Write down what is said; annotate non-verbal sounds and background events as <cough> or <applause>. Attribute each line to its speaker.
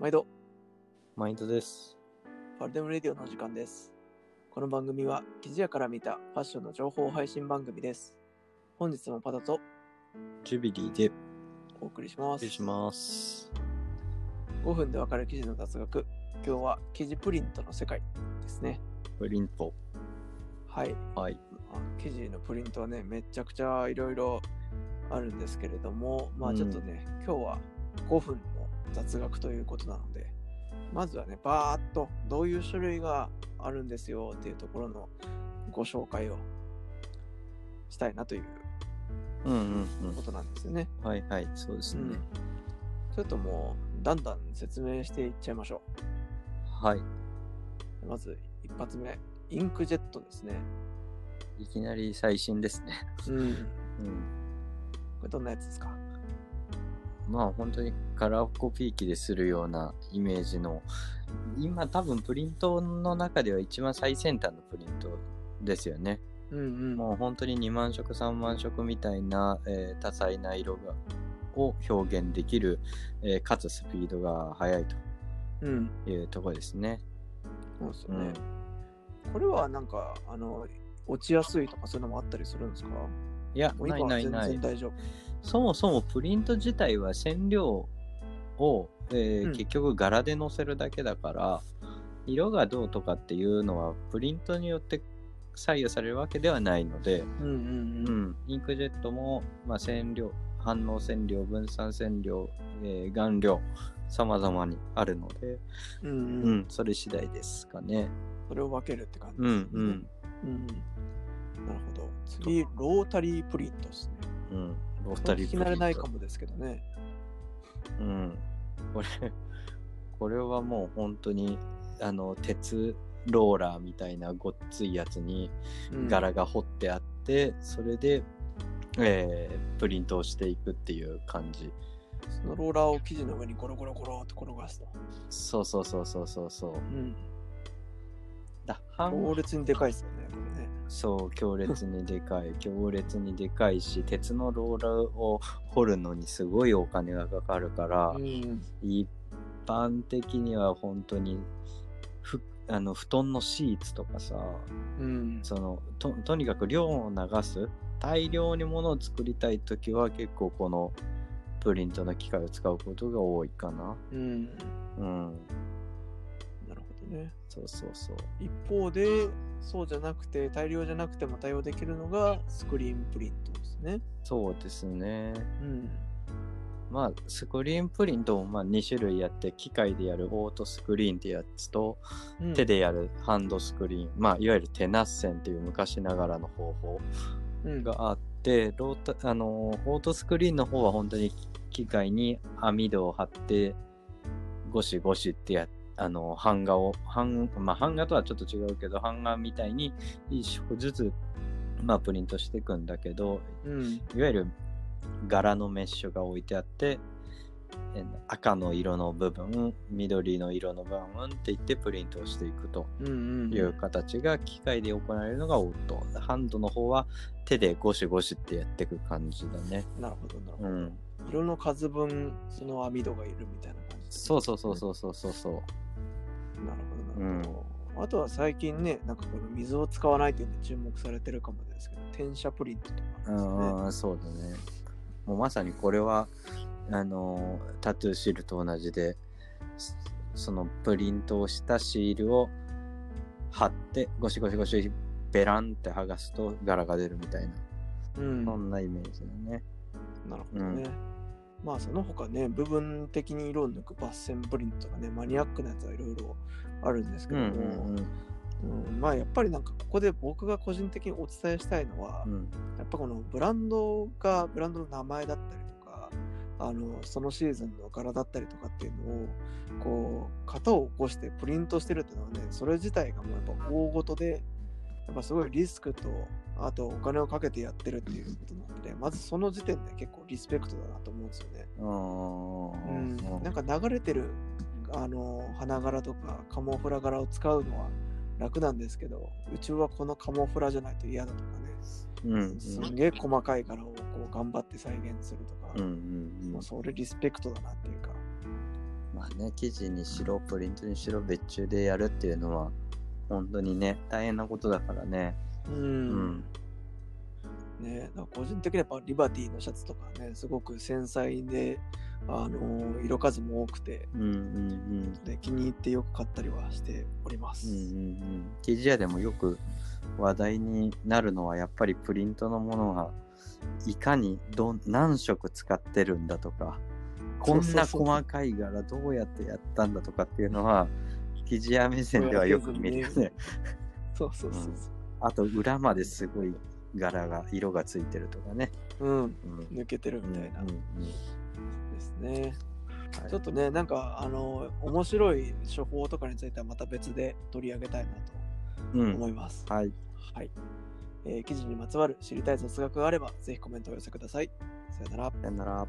Speaker 1: 毎度、
Speaker 2: マインドです。
Speaker 1: パルデムレディオの時間です。この番組は、記事やから見たファッションの情報配信番組です。本日もパタと
Speaker 2: ジュビリーで
Speaker 1: お送りしま
Speaker 2: 失
Speaker 1: す。
Speaker 2: 礼します。
Speaker 1: 5分でわかる記事の雑学。今日は記事プリントの世界ですね。
Speaker 2: プリント。
Speaker 1: はい。
Speaker 2: はい。
Speaker 1: まあ記事のプリントはね、めちゃくちゃいろいろあるんですけれども、まあ
Speaker 2: うん
Speaker 1: ちょっとね、今日は5分の雑学ということなので、まずはね、バーっとどういう種類があるんですよっていうところのご紹介をしたいなという
Speaker 2: うんうん
Speaker 1: ことなんですよね。
Speaker 2: うん。はいはい、そうですね。
Speaker 1: うんちょっともう、だんだん説明していっちゃいましょ
Speaker 2: は
Speaker 1: う。まず一発目、インクジェットですね。
Speaker 2: い。いきなり最新ですね。
Speaker 1: うん。
Speaker 2: うん。
Speaker 1: これどんなやつですか
Speaker 2: まあ本当にカラーコピー機でするようなイメージの、今多分プリントの中では一番最先端のプリントですよね。
Speaker 1: うんうん。
Speaker 2: もう本当に2万色3万色みたいな、えー多彩な色がを表現できる、えーかつスピードが速い
Speaker 1: うん。
Speaker 2: というところですね。
Speaker 1: そうですよ
Speaker 2: う
Speaker 1: ね。
Speaker 2: ん
Speaker 1: これはなんか、あの、落ちやすいとかそういうのもあったりするんですか
Speaker 2: いや、
Speaker 1: もう
Speaker 2: な
Speaker 1: 今
Speaker 2: い
Speaker 1: は
Speaker 2: ない
Speaker 1: 全
Speaker 2: ない
Speaker 1: 然。大丈夫。
Speaker 2: そもそもプリント自体は染料を、えー
Speaker 1: うん
Speaker 2: 結局柄で載せるだけだから色がどうとかっていうのはプリントによって左右されるわけではないので、
Speaker 1: うんう
Speaker 2: うん
Speaker 1: うん。
Speaker 2: ん、インクジェットも、まあ、染料反応染料分散染料、えー顔料様々にあるので、
Speaker 1: うん
Speaker 2: う
Speaker 1: うん。
Speaker 2: ん、それ次第ですかね。
Speaker 1: それを分けるって感じ
Speaker 2: う
Speaker 1: です
Speaker 2: ん
Speaker 1: ね。
Speaker 2: うん
Speaker 1: うんなるほど。次、ロータリープリントですね。
Speaker 2: うん、お二
Speaker 1: こ
Speaker 2: 人
Speaker 1: れ聞き慣れないか
Speaker 2: も
Speaker 1: もですけどね。
Speaker 2: うん、これこれはもう本当にあの鉄ローラーみたいなごっついやつに
Speaker 1: うん
Speaker 2: 柄が彫ってあって、それで、えープリントをしていくっていう感じ
Speaker 1: そのローラーを生地の上にゴロゴロゴロって転がすと。
Speaker 2: そうそうそうそうそうそう
Speaker 1: うん。
Speaker 2: だ半
Speaker 1: 猛烈にでかいですよね、これね。
Speaker 2: そう強烈にで
Speaker 1: <laughs>
Speaker 2: かい強烈にでかいし鉄のローラーを彫るのにすごいお金がかかるから、
Speaker 1: うん。
Speaker 2: 一般的には本当にふあの布団のシーツとかさ
Speaker 1: うん。
Speaker 2: そのととにかく量を流す大量にものを作りたい時は結構このプリントの機械を使うことが多いかな
Speaker 1: うん。
Speaker 2: うん
Speaker 1: なるほどね。
Speaker 2: そうそうそう
Speaker 1: 一方で、そうじゃなくて、大量じゃなくても対応できるのがスクリーンプリントですね。
Speaker 2: そうですね
Speaker 1: うん。
Speaker 2: まあスクリーンプリントもまあ2種類やって機械でやるオートスクリーンってやつと
Speaker 1: うん
Speaker 2: 手。でやるハンドスクリーン、まあいわゆる手ナッセンっていう昔ながらの方法
Speaker 1: うん。
Speaker 2: があってロータあのーオートスクリーンの方は本当に機械に網戸を張ってゴシゴシってやあのー版画を版,、まあ、版画とはちょっと違うけど版画みたいに一色ずつ、まあ、プリントしていくんだけど
Speaker 1: うん。
Speaker 2: いわゆる柄のメッシュが置いてあってえ赤の色の部分緑の色の部分って言ってプリントをしていくと
Speaker 1: うんうんうん。
Speaker 2: いう形が機械で行われるのがオート、ハンドの方は手でゴシゴシってやっていく感じだね。
Speaker 1: なるほど、なるほど。
Speaker 2: うん、
Speaker 1: 色の数分、その網戸がいるみたいな感じですね
Speaker 2: そうそうそうそうそうそうそう。
Speaker 1: なるほど、なるほど。あとは最近ね、なんかこの水を使わないというの注目されてるかもですけど、転写プリントとかありますね。
Speaker 2: うん、そうだね。もうまさにこれはあのータトゥーシールと同じで、そそのプリントをしたシールを貼ってゴシゴシゴシベランって剥がすと柄が出るみたいな、
Speaker 1: うん、
Speaker 2: そんなイメージだね。
Speaker 1: なるほどね。まあその他ね、部分的に色を抜く抜線プリントとかね、マニアックなやつはいろいろあるんですけ
Speaker 2: うん
Speaker 1: ど
Speaker 2: う
Speaker 1: も、
Speaker 2: ん
Speaker 1: うんまあやっぱりなんかここで僕が個人的にお伝えしたいのは、
Speaker 2: うん
Speaker 1: やっぱこのブランドがブランドの名前だったりとかあのそのシーズンの柄だったりとかっていうのをこう型を起こしてプリントしてるっていうのはねそれ自体がもうやっぱ大ごとでやっぱすごいリスクとあとお金をかけてやってるっていうことなのでまずその時点で結構リスペクトだなと思うんですよね。
Speaker 2: うん。
Speaker 1: う
Speaker 2: うん
Speaker 1: ん、なんか流れてるあの花柄とかカモフラ柄を使うのは楽なんですけど宇宙はこのカモフラじゃないと嫌だとかね
Speaker 2: うんうん
Speaker 1: すんげえ細かい柄をこう頑張って再現するとか、
Speaker 2: うんうんうん
Speaker 1: もうそれリスペクトだなっていうか、
Speaker 2: まあね、記事にしろ、プリントにしろ、別注でやるっていうのは、本当にね、大変なことだからね。
Speaker 1: うん
Speaker 2: うん。
Speaker 1: ね、だから個人的にやっぱリバティのシャツとかねすごく繊細で、あの色数も多くて
Speaker 2: うんうんうん。
Speaker 1: で気に入ってよく買ったりはしております。
Speaker 2: うんうんうん。記事屋でもよく話題になるのは、やっぱりプリントのものが、いかにどん何色使ってるんだとか、こんな
Speaker 1: そうそうそう
Speaker 2: 細かい柄どうやってやったんだとかっていうのは、記事屋目線ではよく見るよね。
Speaker 1: そうそうそうそ
Speaker 2: あと裏まですごい柄が色がついてるとかね。
Speaker 1: う。うん、
Speaker 2: うん
Speaker 1: 抜けてるみたいな
Speaker 2: うんうんうん
Speaker 1: ですね。
Speaker 2: はい
Speaker 1: ちょっとねなんかあの面白い処方とかについてはまた別で取り上げたいな
Speaker 2: う
Speaker 1: と思
Speaker 2: ん、
Speaker 1: います。
Speaker 2: はい。
Speaker 1: はい、えー記事にまつわる知りたい雑学があればぜひコメントをお寄せください。さよなら。
Speaker 2: さよなら。